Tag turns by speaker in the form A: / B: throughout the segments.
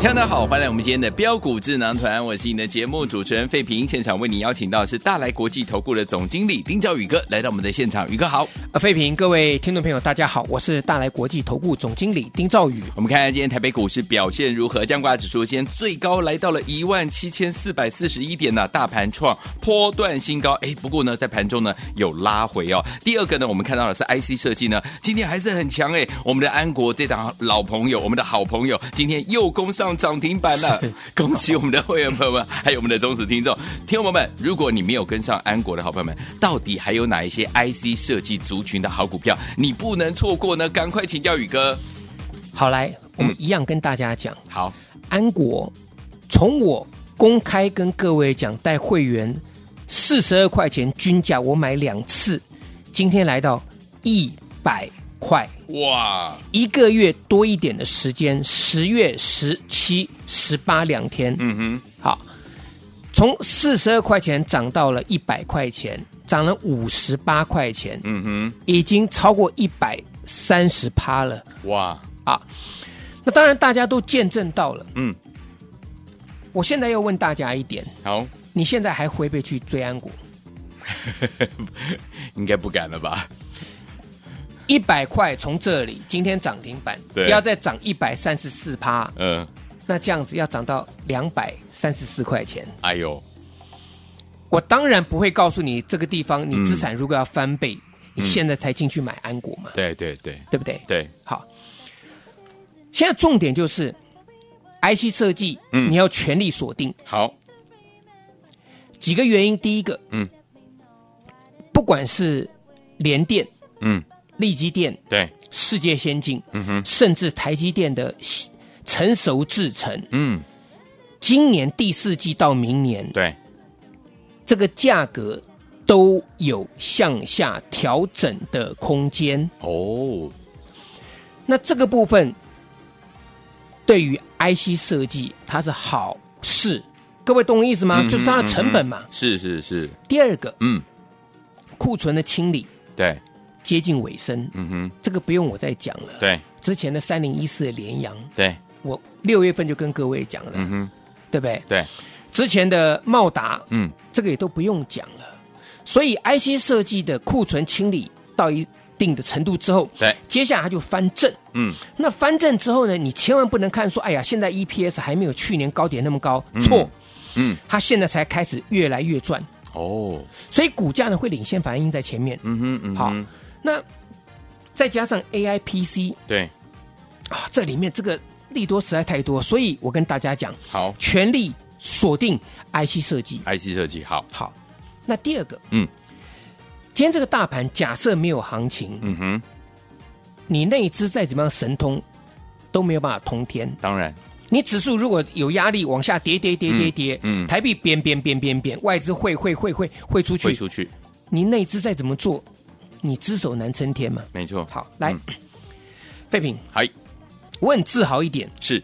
A: 听众大家好，欢迎来我们今天的标股智囊团，我是你的节目主持人费平。现场为你邀请到是大来国际投顾的总经理丁兆宇哥来到我们的现场，宇哥好。
B: 呃，废品，各位听众朋友，大家好，我是大来国际投顾总经理丁兆宇。
A: 我们看看今天台北股市表现如何？加挂指数今天最高来到了一万七千四百四十一点呢、大盘创波段新高。哎，不过呢，在盘中呢有拉回哦。第二个呢，我们看到的是 IC 设计呢，今天还是很强哎。我们的安国这档老朋友，我们的好朋友，今天又攻上涨停板了
B: 是，
A: 恭喜我们的会员朋友们，还有我们的忠实听众、听众朋友们。如果你没有跟上安国的好朋友们，到底还有哪一些 IC 设计族群的好股票，你不能错过呢？赶快请教宇哥。
B: 好，来，我们一样跟大家讲，
A: 好。
B: 安国从我公开跟各位讲，带会员四十二块钱均价，我买两次，今天来到一百块，
A: 哇，
B: 一个月多一点的时间，十月十七、十八两天，
A: 嗯
B: 好，从四十二块钱涨到了一百块钱，涨了五十八块钱
A: 哼，，嗯
B: 已经超过一百三十趴了
A: 哼，哇，
B: 啊！那当然，大家都见证到了。
A: 嗯，
B: 我现在要问大家一点：
A: 好，
B: 你现在还会不会去追安股？
A: 应该不敢了吧？
B: 一百块从这里今天涨停板，不
A: 对
B: 要再涨一百三十四趴，
A: 嗯、
B: 那这样子要涨到两百三十四块钱。
A: 哎呦，
B: 我当然不会告诉你这个地方，你
A: 嗯
B: 资产如果要翻倍，你现在才进去买安股嘛，
A: 对对对
B: 对不对？
A: 对，
B: 好，现在重点就是 IC 设计，
A: 嗯
B: 你要全力锁定
A: 好，
B: 几个原因。第一个，
A: 嗯，
B: 不管是联电、
A: 嗯，
B: 力积电、
A: 对，
B: 世界先进，
A: 嗯哼，
B: 甚至台积电的西成熟制程，
A: 嗯，
B: 今年第四季到明年，
A: 对，
B: 这个价格都有向下调整的空间。
A: 哦，
B: 那这个部分对于 IC 设计它是好事，各位懂我意思吗？就是它的成本嘛。
A: 是是是，
B: 第二个，
A: 嗯，
B: 库存的清理
A: 对，
B: 接近尾声，
A: 嗯哼，
B: 这个不用我再讲了。
A: 对
B: 之前的三零一四的联阳，
A: 对，
B: 我六月份就跟各位讲了，
A: 嗯哼，
B: 对不对？
A: 对，
B: 之前的茂达，
A: 嗯，
B: 这个也都不用讲了。所以 IC 设计的库存清理到一定的程度之后，
A: 对，
B: 接下来它就翻正。
A: 嗯，
B: 那翻正之后呢，你千万不能看说，哎呀，现在 EPS 还没有去年高点那么高，错，
A: 嗯，
B: 它现在才开始越来越赚，
A: 哦，
B: 所以股价呢会领先反映在前面。
A: 嗯哼，嗯
B: 好
A: 哼，，
B: 那再加上 AI PC
A: 对，
B: 啊，这里面这个利多实在太多，所以我跟大家讲，
A: 好
B: 全力锁定 IC 设计。
A: ，IC 设计，好，
B: 好，那第二个，
A: 嗯，
B: 今天这个大盘假设没有行情，
A: 嗯哼，
B: 你那一只再怎么样神通都没有办法通天。
A: 当然，
B: 你指数如果有压力往下跌跌跌跌跌，
A: 嗯嗯
B: 台币贬贬贬贬贬，外资汇汇汇汇汇出
A: 会
B: 去，
A: 出去，
B: 你内资再怎么做，你只手难撑天嘛。
A: 没错，
B: 好，来
A: 嗯，
B: 废品，
A: 嗨，
B: 我很自豪一点，
A: 是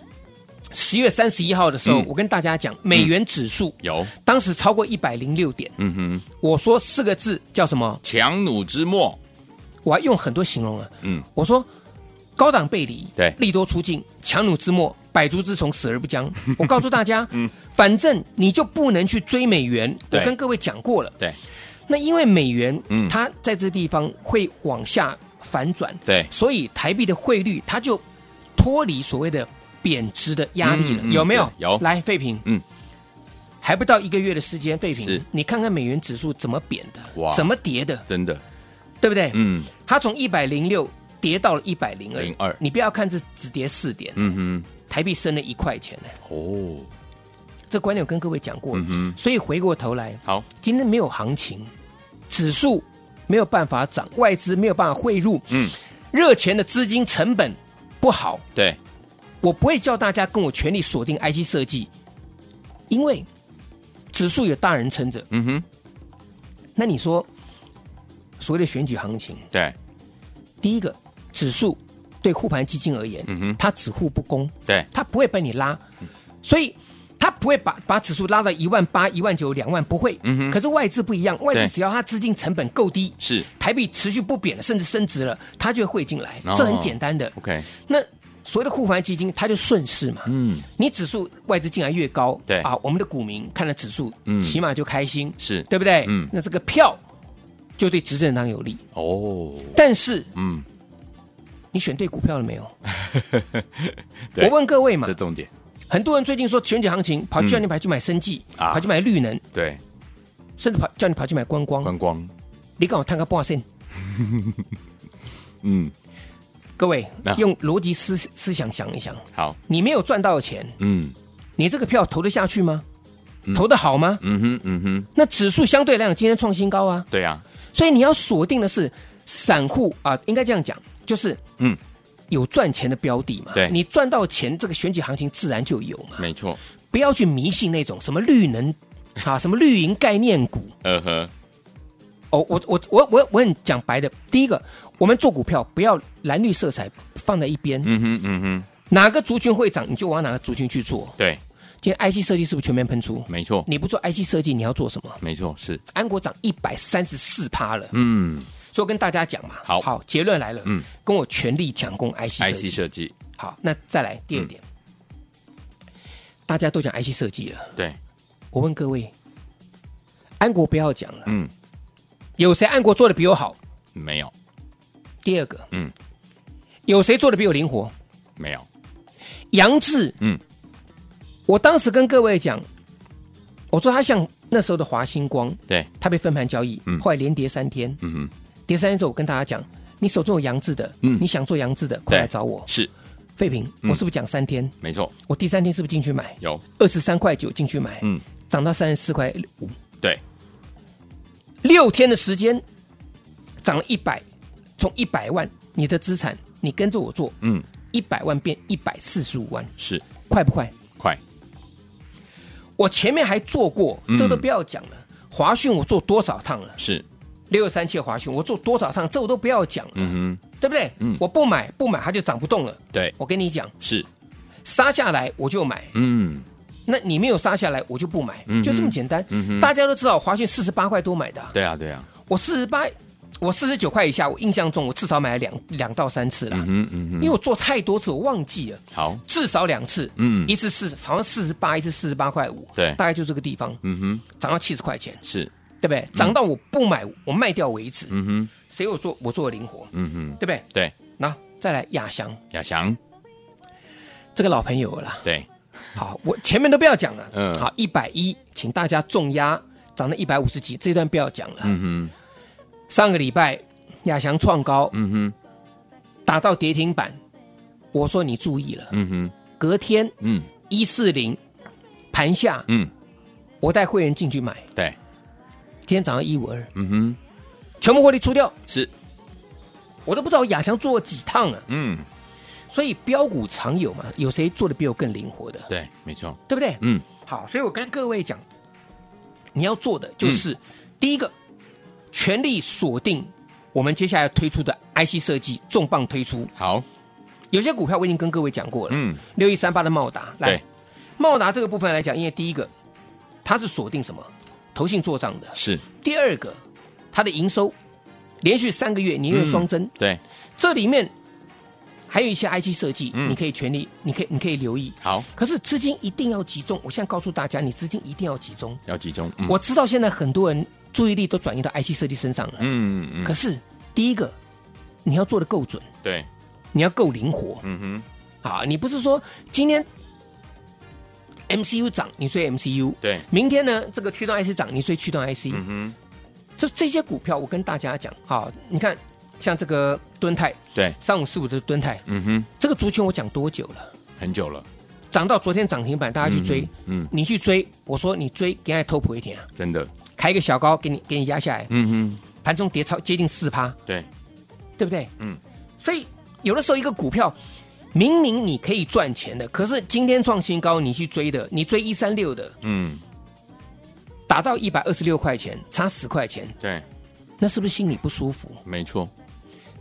B: 十月三十一号的时候，
A: 嗯
B: 我跟大家讲，美元指数
A: 有，
B: 当时超过一百零六点，
A: 嗯哼，
B: 我说四个字叫什么？
A: 强弩之末，
B: 我还用很多形容啊，
A: 嗯，
B: 我说高档背离，
A: 对
B: 利多出尽，强弩之末，百足之虫，死而 不僵。我告诉大家，反正你就不能去追美元。我
A: 嗯对
B: 跟各位讲过了，
A: 对
B: 那因为美元，
A: 嗯
B: 它在这地方会往下反转，
A: 对，
B: 所以台币的汇率它就脱离所谓的贬值的压力了，
A: 嗯嗯
B: 有没有？
A: 对有
B: 来，废品，
A: 嗯。
B: 还不到一个月的时间，废
A: 是
B: 品，你看看美元指数怎么贬的
A: 哇，
B: 怎么跌的，
A: 真的，
B: 对不对？
A: 嗯
B: 它从一百零六跌到了一百零二，
A: 02
B: 你不要看这只跌四点，
A: 嗯哼，
B: 台币升了一块钱呢，
A: 哦，
B: 这观点我跟各位讲过。
A: 嗯哼，
B: 所以回过头来，
A: 好，
B: 今天没有行情，指数没有办法涨，外资没有办法汇入，
A: 嗯，
B: 热钱的资金成本不好，
A: 对，
B: 我不会叫大家跟我全力锁定 IC 设计，因为指数有大人撑着。
A: 嗯哼，
B: 那你说所谓的选举行情，
A: 对，
B: 第一个指数对护盘基金而言，
A: 嗯哼，
B: 它只护不攻，
A: 对，
B: 它不会把你拉，所以它不会把把指数拉到一万八、一万九、两万，不会。
A: 嗯哼
B: 可是外资不一样，外
A: 对
B: 资只要它资金成本够低，
A: 是
B: 台币持续不贬了，甚至升值了，它就会汇进来
A: 哦，
B: 这很简单的。
A: ，OK，
B: 那所谓的护盘基金，它就顺势嘛。
A: 嗯，
B: 你指数外资进来越高，
A: 对
B: 啊，我们的股民看了指数，
A: 嗯
B: 起码就开心，
A: 是
B: 对不对？
A: 嗯
B: 那这个票就对执政党有利。
A: 哦，
B: 但是
A: 嗯，
B: 你选对股票了 没有？
A: 对
B: 我问各位嘛
A: 这，重点，
B: 很多人最近说选举行情，跑去叫你跑去买生计，
A: 啊
B: 跑去买绿能，
A: 对，
B: 甚至跑叫你跑去买观光，
A: 观光，
B: 你跟我探个半线。
A: 嗯，
B: 各位
A: 啊
B: 用逻辑思思想想一想，
A: 好，
B: 你没有赚到的钱，
A: 嗯，
B: 你这个票投得下去吗？投得好吗？
A: 嗯哼，嗯哼，
B: 那指数相对来讲今天创新高啊，
A: 对啊，
B: 所以你要锁定的是散户啊，应该这样讲，就是
A: 嗯，
B: 有赚钱的标的嘛。
A: 对
B: 你赚到钱，这个选举行情自然就有嘛。
A: 没错，
B: 不要去迷信那种什么绿能啊，什么绿营概念股。
A: 呃呵，
B: 哦，我我我我我很讲白的，第一个，我们做股票不要蓝绿色彩放在一边，
A: 嗯哼，嗯哼，
B: 哪个族群会涨，你就往哪个族群去做。
A: 对，
B: 今天 IC 设计是不是全面喷出？
A: 没错，
B: 你不做 IC 设计，你要做什么？
A: 没错，是，
B: 安国涨一百三十四趴了，
A: 嗯
B: 所以我跟大家讲嘛，
A: 好
B: 好，结论来了，
A: 嗯
B: 嗯，跟我全力抢攻 IC 设计嗯
A: ，IC，设计，
B: 好，那再来第二点，大家都讲 IC 设计了，
A: 对，
B: 我问各位，安国不要讲了，
A: 嗯，
B: 有谁安国做的比我好？
A: 没有，
B: 第二个，
A: 嗯
B: 嗯，有谁做的比我灵活？
A: 没有，
B: 杨志，
A: 嗯
B: 嗯，我当时跟各位讲，我说他像那时候的华星光，
A: 对，
B: 他被分盘交易，
A: 嗯
B: 后来连跌三天，
A: 嗯
B: 跌三天之后，我跟大家讲，你手中有杨志的，
A: 嗯
B: 你想做杨志的，快来找我
A: 哼，。是，
B: 废品，
A: 嗯
B: 我是不是讲三天？
A: 没错，
B: 我第三天是不是进去买？
A: 有，
B: 二十三块九进去买，
A: 嗯，
B: 涨到三十四块五，
A: 对，
B: 六天的时间涨了一百，从一百万，你的资产，你跟着我做，
A: 嗯，
B: 一百万变一百四十五万，
A: 是，
B: 快不快？
A: 快，
B: 我前面还做过，
A: 嗯
B: 这都不要讲了。华讯我做多少趟了？
A: 是，
B: 六三七华讯我做多少趟？这我都不要讲了，
A: 嗯哼，
B: 对不对？
A: 嗯
B: 我不买不买，它就涨不动了。
A: 对，
B: 我跟你讲，
A: 是，
B: 杀下来我就买，
A: 嗯，
B: 那你没有杀下来我就不买，
A: 嗯哼
B: 就这么简单。
A: 嗯哼
B: 大家都知道华讯四十八块多买的啊，
A: 对啊，对啊，
B: 我四十八，我四十九块以下，我印象中我至少买了两两到三次了，
A: 嗯哼，嗯
B: 因
A: 哼，
B: 为我做太多次，我忘记了。
A: 好，
B: 至少两次，
A: 嗯
B: 一次四，好像四十八，一次四十八块五，
A: 对
B: 大概就这个地方，
A: 嗯哼，
B: 涨到七十块钱，
A: 是，
B: 对不对？涨到我不买，我卖掉为止。
A: 嗯哼，
B: 谁有做，我做的灵活，
A: 嗯哼，
B: 对不对？
A: 对，
B: 那再来亚翔
A: 亚翔，
B: 这个老朋友了啦，
A: 对，
B: 好，我前面都不要讲了，
A: 嗯
B: 好，一百一，请大家重压，涨到一百五十几，这段不要讲了。
A: 嗯哼，
B: 上个礼拜亚翔创高，
A: 嗯哼，
B: 打到跌停板，我说你注意了，
A: 嗯哼，
B: 隔天
A: 嗯
B: 一四零盘下，
A: 嗯，
B: 我带会员进去买，
A: 对，
B: 今天涨到一五二，
A: 嗯哼，
B: 全部获利出掉，
A: 是，
B: 我都不知道亚翔做了几趟了、
A: 嗯，
B: 所以标股常有嘛，有谁做的比我更灵活的，
A: 对，没错，
B: 对不对？
A: 嗯，
B: 好，所以我跟各位讲，你要做的就是、
A: 嗯
B: 第一个，全力锁定我们接下来要推出的 IC 设计重磅推出。
A: 好，
B: 有些股票我已经跟各位讲过了，
A: 嗯，
B: 六一三八的茂达，来
A: 对，，
B: 茂达这个部分来讲，因为第一个它是锁定什么投信做账的，
A: 是，
B: 第二个它的营收连续三个月年月双增，
A: 对，
B: 这里面还有一些 IC 设计，
A: 嗯
B: 你可以全力，你可以你可以留意。
A: 好，
B: 可是资金一定要集中，我现在告诉大家，你资金一定要集中。
A: 要集中，嗯
B: 我知道现在很多人注意力都转移到 IC 设计身上了，
A: 嗯嗯
B: 可
A: 嗯，
B: 是第一个你要做的够准，
A: 对，
B: 你要够灵活
A: 嗯哼，
B: 啊！你不是说今天 MCU 涨，你追 MCU，
A: 对，
B: 明天呢这个驱动 IC 涨，你追驱动 IC，、
A: 嗯哼，
B: 这这些股票我跟大家讲啊，你看像这个敦泰
A: 对，
B: 三五四五的敦泰，
A: 嗯哼，
B: 这个族群我讲多久了？
A: 很久了，
B: 涨到昨天涨停板，大家去追，
A: 嗯嗯
B: 你去追，我说你追，给人家偷补一点啊，
A: 真的，
B: 开一个小高给你给你压下来，
A: 嗯
B: 盘中跌超接近四趴，
A: 哼，对，
B: 对不对？
A: 嗯，
B: 所以有的时候一个股票明明你可以赚钱的，可是今天创新高，你去追的，你追一三六的，
A: 嗯，
B: 打到一百二十六块钱，差十块钱，
A: 对，
B: 那是不是心里不舒服？
A: 没错，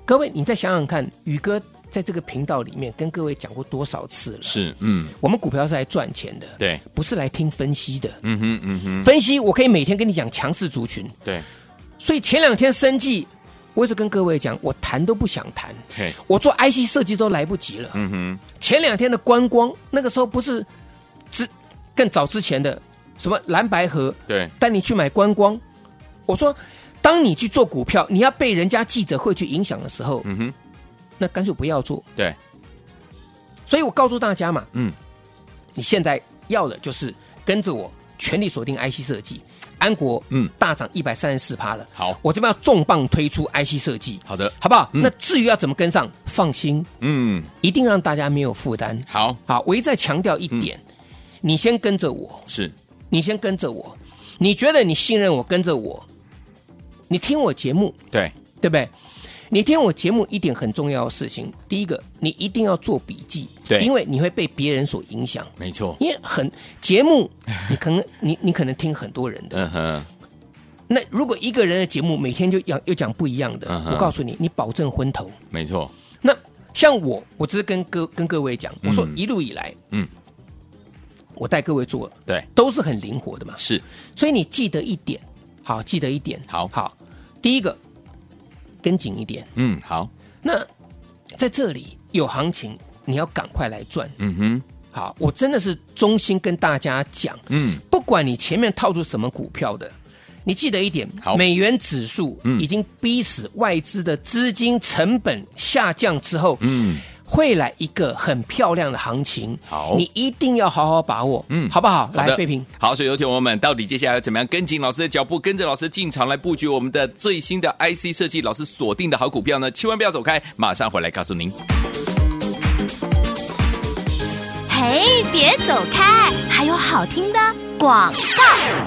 B: 各位，你再想想看，宇哥在这个频道里面跟各位讲过多少次了？
A: 是，嗯，
B: 我们股票是来赚钱的，
A: 对，
B: 不是来听分析的。
A: 嗯哼，嗯哼，
B: 分析我可以每天跟你讲强势族群，
A: 对，
B: 所以前两天生计，我一直跟各位讲，我谈都不想谈，
A: 对，
B: 我做 IC 设计都来不及了。
A: 嗯哼，
B: 前两天的观光，那个时候不是之更早之前的什么蓝白河，
A: 对，
B: 带你去买观光，我说，当你去做股票，你要被人家记者会去影响的时候，
A: 嗯哼，
B: 那干脆不要做。
A: 对，
B: 所以我告诉大家嘛，
A: 嗯，
B: 你现在要的就是跟着我全力锁定 IC 设计，安国
A: 嗯
B: 大涨一百三十四趴了，
A: 好
B: 我这边要重磅推出 IC 设计，
A: 好的
B: 好不好？
A: 嗯
B: 那至于要怎么跟上，放心，
A: 嗯，
B: 一定让大家没有负担。
A: 好，
B: 好，我一再强调一点，
A: 嗯
B: 你先跟着我，
A: 是，
B: 你先跟着我，你觉得你信任我，跟着我，你听我节目，
A: 对，
B: 对不对？你听我节目一点很重要的事情，第一个，你一定要做笔记，
A: 对
B: 因为你会被别人所影响。
A: 没错，
B: 因为很 节目，你可能你你可能听很多人的，
A: 嗯哼，
B: 那如果一个人的节目每天就讲又讲不一样的，
A: 嗯哼
B: 我告诉你，你保证昏头。
A: 没错，
B: 那像我，我只是跟各跟各位讲，我说一路以来，
A: 嗯，
B: 我带各位做
A: 对，
B: 都是很灵活的嘛，
A: 是，
B: 所以你记得一点，好，记得一点，
A: 好
B: 好，第一个跟紧一点，
A: 嗯，好，
B: 那在这里有行情，你要赶快来赚。
A: 嗯哼，
B: 好，我真的是衷心跟大家讲，
A: 嗯，
B: 不管你前面套住什么股票的，你记得一点
A: 好，
B: 美元指数
A: 嗯
B: 已经逼死外资的资金成本下降之后，
A: 嗯，
B: 会来一个很漂亮的行情。
A: 好
B: 你一定要好好把握，嗯，好不好？
A: 好
B: 来，
A: 的
B: 费平，
A: 好，所以有请我们到底接下来要怎么样跟紧老师的脚步，跟着老师进场来布局我们的最新的 IC 设计，老师锁定的好股票呢？千万不要走开，马上回来告诉您。
C: 嘿，别走开，还有好听的广。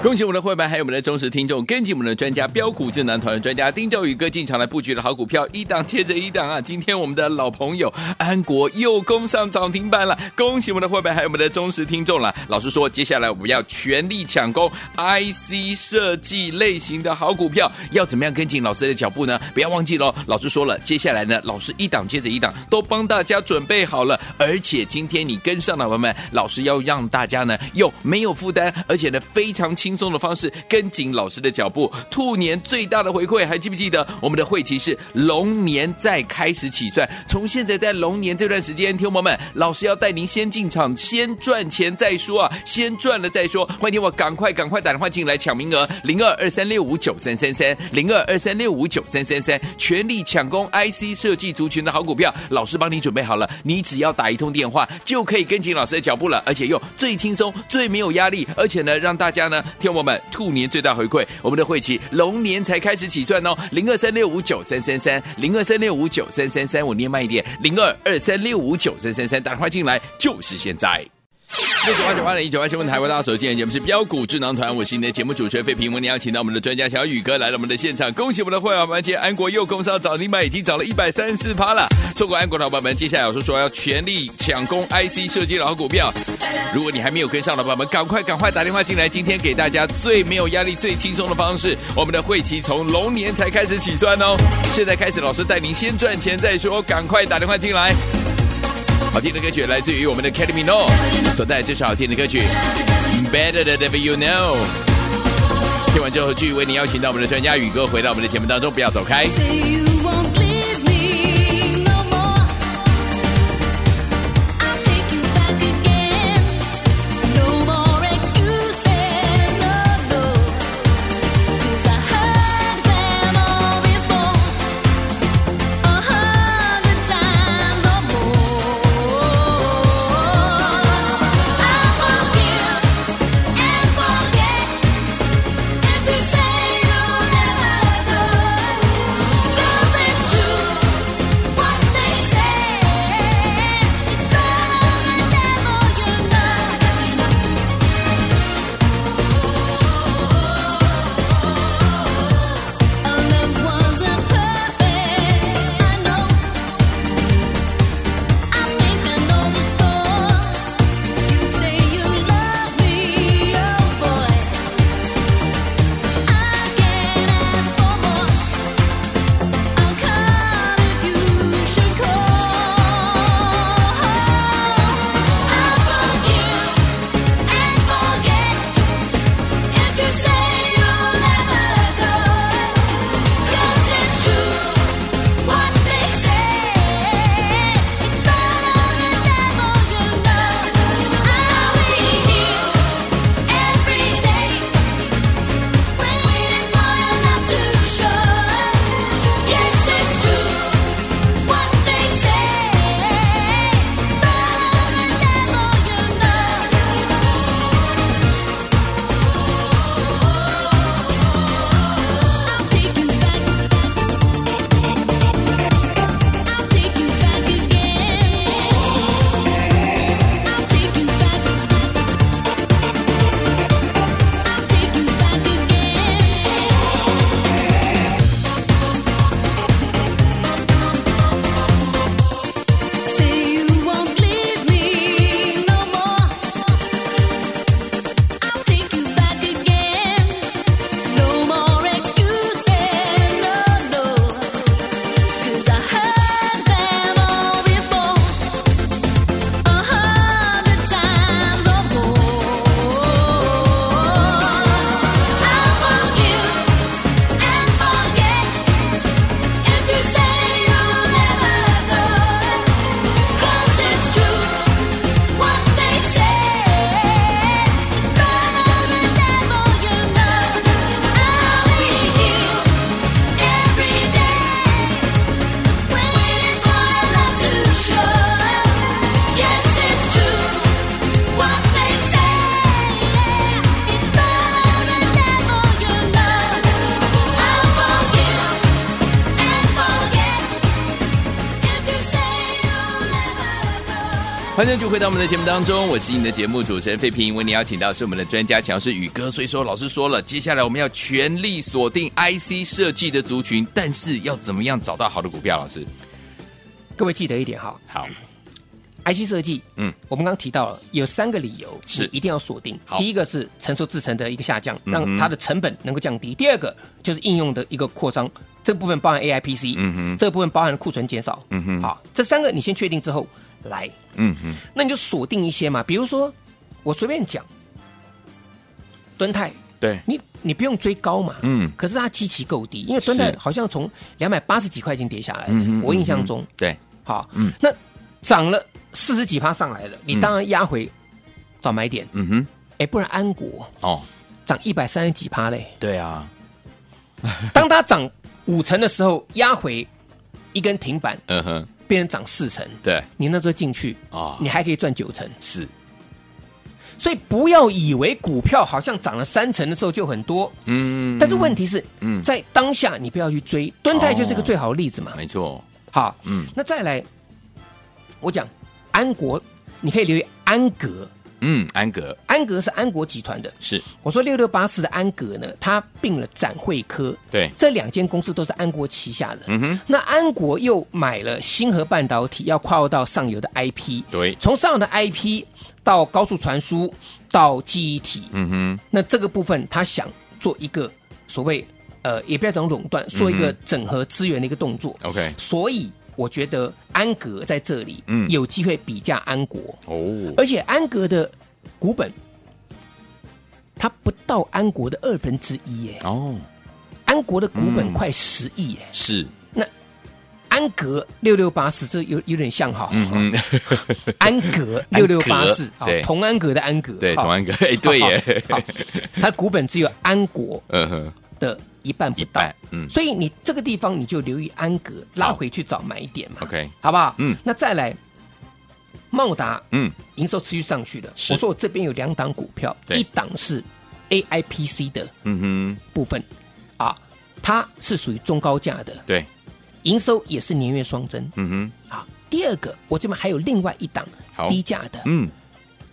A: 恭喜我们的会员，还有我们的忠实听众，跟紧我们的专家标股智囊团的专家丁兆宇哥进场来布局的好股票，一档接着一档啊！今天我们的老朋友安国又攻上涨停板了，恭喜我们的会员，还有我们的忠实听众了。老师说，接下来我们要全力抢攻 IC 设计类型的好股票，要怎么样跟紧老师的脚步呢？不要忘记喽，老师说了，接下来呢，老师一档接着一档都帮大家准备好了，而且今天你跟上了，朋友们，老师要让大家呢用没有负担，而且呢非常轻松的方式跟紧老师的脚步。兔年最大的回馈，还记不记得我们的会期是龙年再开始起算？从现在在龙年这段时间，听众朋友们，老师要带您先进场，先赚钱再说啊，先赚了再说。欢迎听我赶快赶快打电话进来抢名额，零二二三六五九三三三，零二二三六五九三三三，全力抢攻 IC 设计族群的好股票，老师帮你准备好了，你只要打一通电话就可以跟紧老师的脚步了，而且用最轻松、最没有压力，而且呢，让大家呢，听我们兔年最大回馈，我们的会期龙年才开始起算哦，零二三六五九三三三，零二三六五九三三三，我念慢一点，零二二三六五九三三三，打电话进来就是现在。六九八九八零一九八新闻台为大家所见的节目是标股智囊团，我是你的节目主持人费平。我们邀请到我们的专家小雨哥来到我们的现场，恭喜我们的会员们，今天安国又攻上涨停板，已经涨了一百三十四趴了。错过安国的伙伴们，接下来老师说要全力抢攻 IC 设计的好股票，如果你还没有跟上的朋友们，赶快赶快打电话进来，今天给大家最没有压力、最轻松的方式，我们的会期从龙年才开始起算哦。现在开始，老师带您先赚钱再说，赶快打电话进来。好听的歌曲来自于我们的 Kelly Minogue 所带来这首好听的歌曲《Better Than Ever You Know》。听完之后，继续为您邀请到我们的专家宇哥回到我们的节目当中，不要走开。
D: Say you won't leave me no more. I'll take you back again. No more excuses, no, no. 'Cause I heard them all before, a hundred times or more. I'll forgive and forget. If you say you'll never go, 'cause oh
A: 欢迎就回到我们的节目当中，我是你的节目主持人费平，为你邀请到是我们的专家乔是宇哥。所以说，老师说了，接下来我们要全力锁定 IC 设计的族群，但是要怎么样找到好的股票？老师，
B: 各位记得一点哈
A: 好，
B: ，IC 设计，
A: 嗯，
B: 我们刚刚提到了有三个理由
A: 是
B: 你一定要锁定
A: 好。
B: 第一个是成熟制成的一个下降，让
A: 嗯哼
B: 它的成本能够降低；第二个就是应用的一个扩张，这部分包含 AIPC，
A: 嗯哼
B: 这部分包含库存减少，
A: 嗯哼
B: 好，这三个你先确定之后来，
A: 嗯嗯，
B: 那你就锁定一些嘛，比如说我随便讲，敦泰，
A: 对，
B: 你你不用追高嘛，
A: 嗯
B: 可是它基期够低，因为敦泰
A: 是
B: 好像从两百八十几块钱跌下来了，
A: 嗯
B: 我印象中，
A: 对，
B: 好，
A: 嗯
B: 那涨了四十几趴上来了，你
A: 嗯
B: 当然压回找买点，
A: 嗯哼，
B: 哎，不然安国
A: 哦，
B: 涨一百三十几 趴嘞，
A: 对啊，
B: 当它涨五成的时候压回一根停板，
A: 嗯哼，
B: 变成涨四成，
A: 对，
B: 你那时候进去
A: 啊
B: 你还可以赚九成，
A: 是，
B: 所以不要以为股票好像涨了三成的时候就很多，
A: 嗯
B: 但是问，题是
A: 嗯
B: 在当下你不要去追，敦泰就是一个
A: 哦
B: 最好的例子嘛。
A: 没错，
B: 好，
A: 嗯
B: 那再来，我讲安国，你可以留意安格，
A: 嗯，安格
B: 安格是安国集团的。
A: 是
B: 我说六六八四的安格呢，它并了展会科，
A: 对，
B: 这两间公司都是安国旗下的。
A: 嗯哼，
B: 那安国又买了星河半导体，要跨入到上游的 IP，
A: 对，
B: 从上游的 IP 到高速传输到记忆体，
A: 嗯哼，
B: 那这个部分他想做一个所谓呃，也不要讲垄
A: 嗯
B: 断，做一个整合资源的一个动作。
A: OK
B: 所以我觉得安格在这里，
A: 嗯
B: 有机会比价安国，
A: 哦，
B: 而且安格的股本。它不到安国的二分之一耶，
A: 哦，
B: 安国的股
A: 嗯
B: 本快十亿耶，
A: 是，
B: 安格六六八四，这有有点像哈，
A: 嗯嗯，
B: 安格
A: 安格
B: 六六八四啊
A: 对，
B: 同安格的安格，
A: 对，
B: 好
A: 同安格，哎，对耶，
B: 好，好它股本只有安国
A: 嗯哼，
B: 的一半不
A: 一
B: 到
A: 半，，嗯
B: 所以你这个地方你就留意安格拉回去找买点嘛
A: ，OK，
B: 好不好？
A: 嗯，
B: 那再来，茂达
A: 嗯，
B: 营收持续上去了。
A: 是
B: 我说我这边有两档股票，
A: 对
B: 一档是 AIPC 的
A: 嗯
B: 部分啊，它是属于中高价的
A: 哼，，对，
B: 营收也是年月双增
A: 嗯
B: 啊。第二个，我这边还有另外一档
A: 好
B: 低价的
A: 哼，，嗯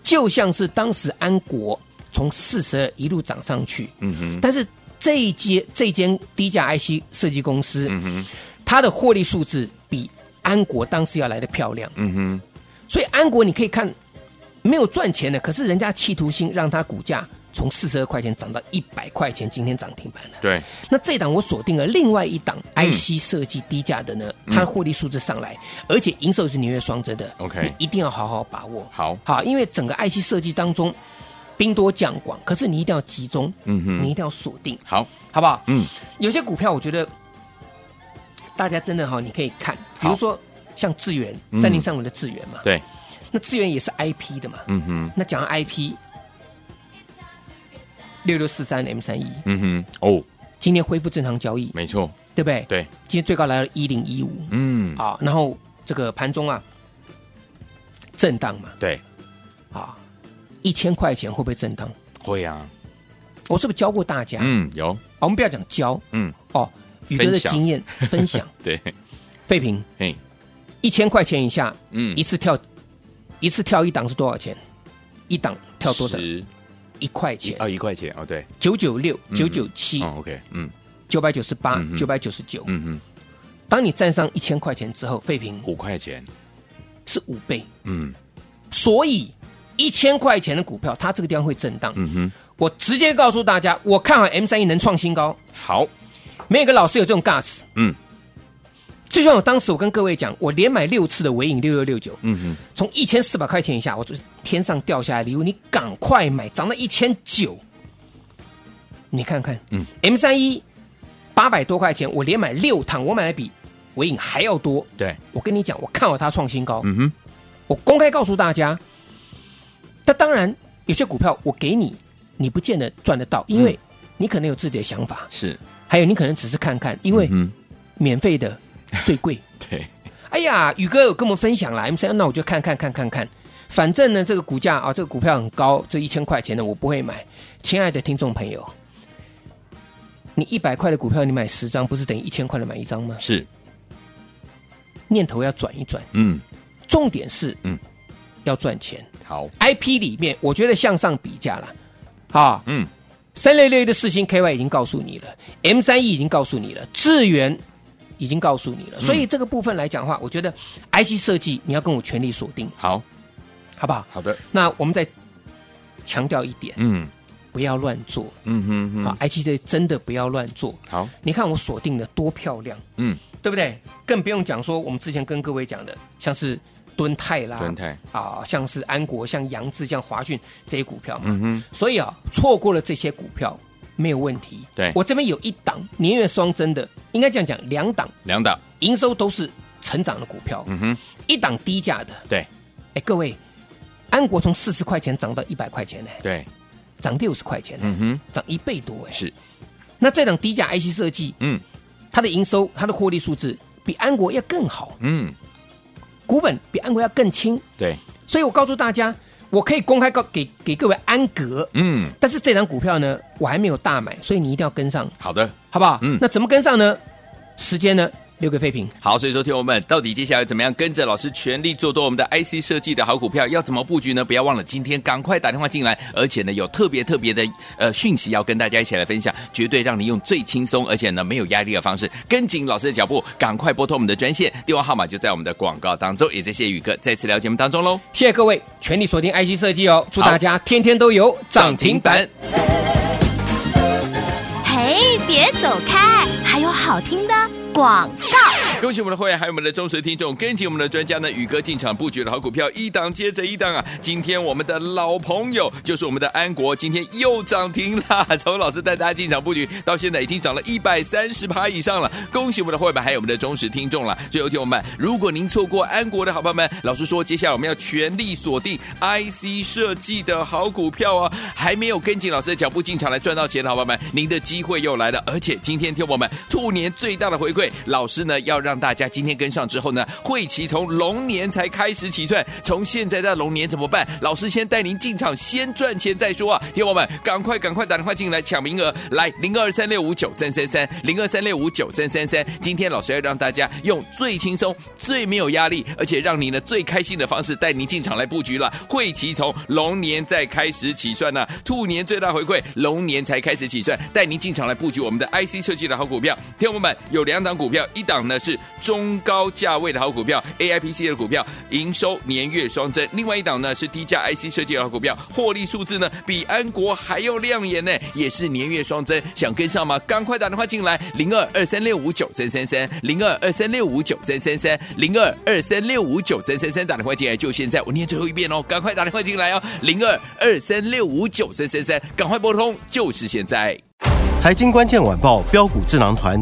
B: 就像是当时安国从四十二一路涨上去，
A: 嗯哼，
B: 但是这一阶这间低价 IC 设计公司，
A: 嗯哼，
B: 它的获利数字比安国当时要来的漂亮，
A: 嗯哼，
B: 所以安国你可以看没有赚钱的，可是人家企图心让它股价从四十二块钱涨到一百块钱，今天涨停板了。
A: 对，
B: 那这档我锁定了另外一档
A: 嗯
B: IC 设计低价的呢，它的获利数字上来，而且营收是年月双增的
A: OK
B: 你一定要好好把握。
A: 好，
B: 好，因为整个 IC 设计当中，兵多将广，可是你一定要集中，
A: 嗯哼
B: 你一定要锁定，
A: 好，
B: 好不好？
A: 嗯，
B: 有些股票我觉得大家真的哈，你可以看，比
A: 好
B: 如说像智源
A: 嗯
B: 三零三五的智源嘛，
A: 对，
B: 那智源也是 IP 的嘛，
A: 嗯哼，
B: 那讲到 IP。六六四三 M 三一
A: 嗯哼，哦，
B: 今天恢复正常交易，
A: 没错，
B: 对不对？
A: 对，
B: 今天最高来到一零一五
A: 嗯，
B: 啊，然后这个盘中啊震荡嘛
A: 对，
B: 啊，一千块钱会不会震荡？
A: 会啊，
B: 我是不是教过大家？
A: 嗯，有，
B: 啊我们不要讲教
A: 嗯，
B: 哦，宇哥的
A: 分享
B: 经验 分享。
A: 对，
B: 废品
A: 嘿，
B: 一千块钱以下，
A: 嗯
B: 一，次跳一次跳一档是多少钱？一档跳多少？
A: 十
B: 一块钱，
A: 哦，一块钱，哦，对，
B: 九九六、九九七、
A: 哦，OK，嗯
B: 九百九十八
A: 嗯、哼
B: 九百九十九。
A: 嗯嗯，
B: 当你站上一千块钱之后，废品
A: 五块钱，
B: 是五倍，
A: 嗯
B: 所以一千块钱的股票，它这个地方会震荡。
A: 嗯
B: 我直接告诉大家，我看好 M 三一能创新高，
A: 哼，好，
B: 没有一个老师有这种 gas。
A: 嗯
B: 就像我当时我跟各位讲，我连买六次的尾影六六六九，
A: 嗯哼，
B: 从一千四百块钱以下，我就是天上掉下来的礼物，你赶快买，涨到一千九，你看看，
A: 嗯
B: ，M 三一八百多块钱，我连买六趟，我买的比伟影还要多。
A: 对，
B: 我跟你讲，我看好它创新高，
A: 嗯哼，
B: 我公开告诉大家。那当然，有些股票我给你，你不见得赚得到，
A: 嗯
B: 因为你可能有自己的想法，
A: 是，
B: 还有你可能只是看看，因为
A: 嗯，
B: 免费的最贵。
A: 对，
B: 哎呀，宇哥有跟我们分享啦，M 三，那我就看看看看看。反正呢，这个股价啊，这个股票很高，这一千块钱的我不会买。亲爱的听众朋友，你一百块的股票，你买十张，不是等于一千块的买一张吗？
A: 是，
B: 念头要转一转。
A: 嗯
B: 重点是，
A: 嗯
B: 嗯，要赚钱。
A: 好，
B: IP 里面，我觉得向上比价了，啊，
A: 嗯，
B: 三六六一的四星 KY 已经告诉你了，M 三一已经告诉你了，智源已经告诉你了，
A: 嗯
B: 所以这个部分来讲的话，我觉得 IC 设计你要跟我全力锁定，
A: 好，
B: 好不好？
A: 好的，
B: 那我们再强调一点，
A: 嗯
B: 不要乱做
A: 嗯哼
B: 啊
A: 哼，
B: ！IC 这真的不要乱做。
A: 好，
B: 你看我锁定的多漂亮，
A: 嗯，
B: 对不对？更不用讲说我们之前跟各位讲的，像是敦泰啦，
A: 敦泰
B: 啊，像是安国、像杨志、像华讯这些股票嘛。
A: 嗯哼，
B: 所以啊，错过了这些股票没有问题。
A: 对
B: 我这边有一档年月双增的，应该这样讲，两档
A: 两档，
B: 营收都是成长的股票，
A: 嗯哼，
B: 一档低价的。
A: 对
B: 哎，各位，安国从四十块钱涨到一百块钱呢、
A: 对，
B: 涨六十块钱呢、
A: 嗯哼，
B: 涨一倍多哎、
A: 是，
B: 那这档低价 IC 设计，
A: 嗯
B: 它的营收、它的获利数字比安国要更好，
A: 嗯，
B: 股本比安国要更轻。
A: 对，
B: 所以我告诉大家，我可以公开告给给各位安格，
A: 嗯，
B: 但是这档股票呢，我还没有大买，所以你一定要跟上，
A: 好的，
B: 好不好？
A: 嗯
B: 那怎么跟上呢？时间呢，留给废品。
A: 好，所以说听我们到底接下来怎么样跟着老师全力做多我们的 IC 设计的好股票，要怎么布局呢？不要忘了今天赶快打电话进来，而且呢有特别特别的呃讯息要跟大家一起来分享，绝对让你用最轻松而且呢没有压力的方式跟紧老师的脚步，赶快拨通我们的专线，电话号码就在我们的广告当中，也谢谢宇哥再次聊节目当中喽，
B: 谢谢各位，全力锁定 IC 设计哦，祝
A: 好
B: 大家天天都有涨停板。。
C: 嘿，别走开，还有好听的广告。
A: 恭喜我们的会员，还有我们的忠实听众，跟紧我们的专家呢，宇哥进场布局的好股票，一档接着一档啊！今天我们的老朋友就是我们的安国，今天又涨停啦！ 从老师带大家进场布局到现在，已经涨了一百三十趴以上了。恭喜我们的会员，还有我们的忠实听众了。最后，听我们，如果您错过安国的好朋友们，老师说接下来我们要全力锁定 IC 设计的好股票哦，还没有跟紧老师的脚步进场来赚到钱的好朋友们，您的机会又来了。而且今天听我们兔年最大的回馈，老师呢要让大家今天跟上之后呢，会期从龙年才开始起算，从现在到龙年怎么办？老师先带您进场，先赚钱再说啊！听我们赶快赶快打电话进来抢名额，来零二三六五九三三三零二三六五九三三三。今天老师要让大家用最轻松、最没有压力，而且让你呢最开心的方式带您进场来布局了。会期从龙年再开始起算呢、啊兔年最大回馈，龙年才开始起算，带您进场来布局我们的 IC 设计的好股票。听我们有两档股票，一档呢是中高价位的好股票，AIPC 的股票营收年月双增；另外一档呢是低价 IC 设计的好股票，获利数字呢比安国还要亮眼呢，也是年月双增。想跟上吗？赶快打电话进来，零二二三六五九三三三，零二二三六五九三三三，零二二三六五九三三三，打电话进来就现在，我念最后一遍哦，赶快打电话进来哦，零二二三六五九三三三，赶快拨通，就是现在。
E: 财经关键晚报标股智囊团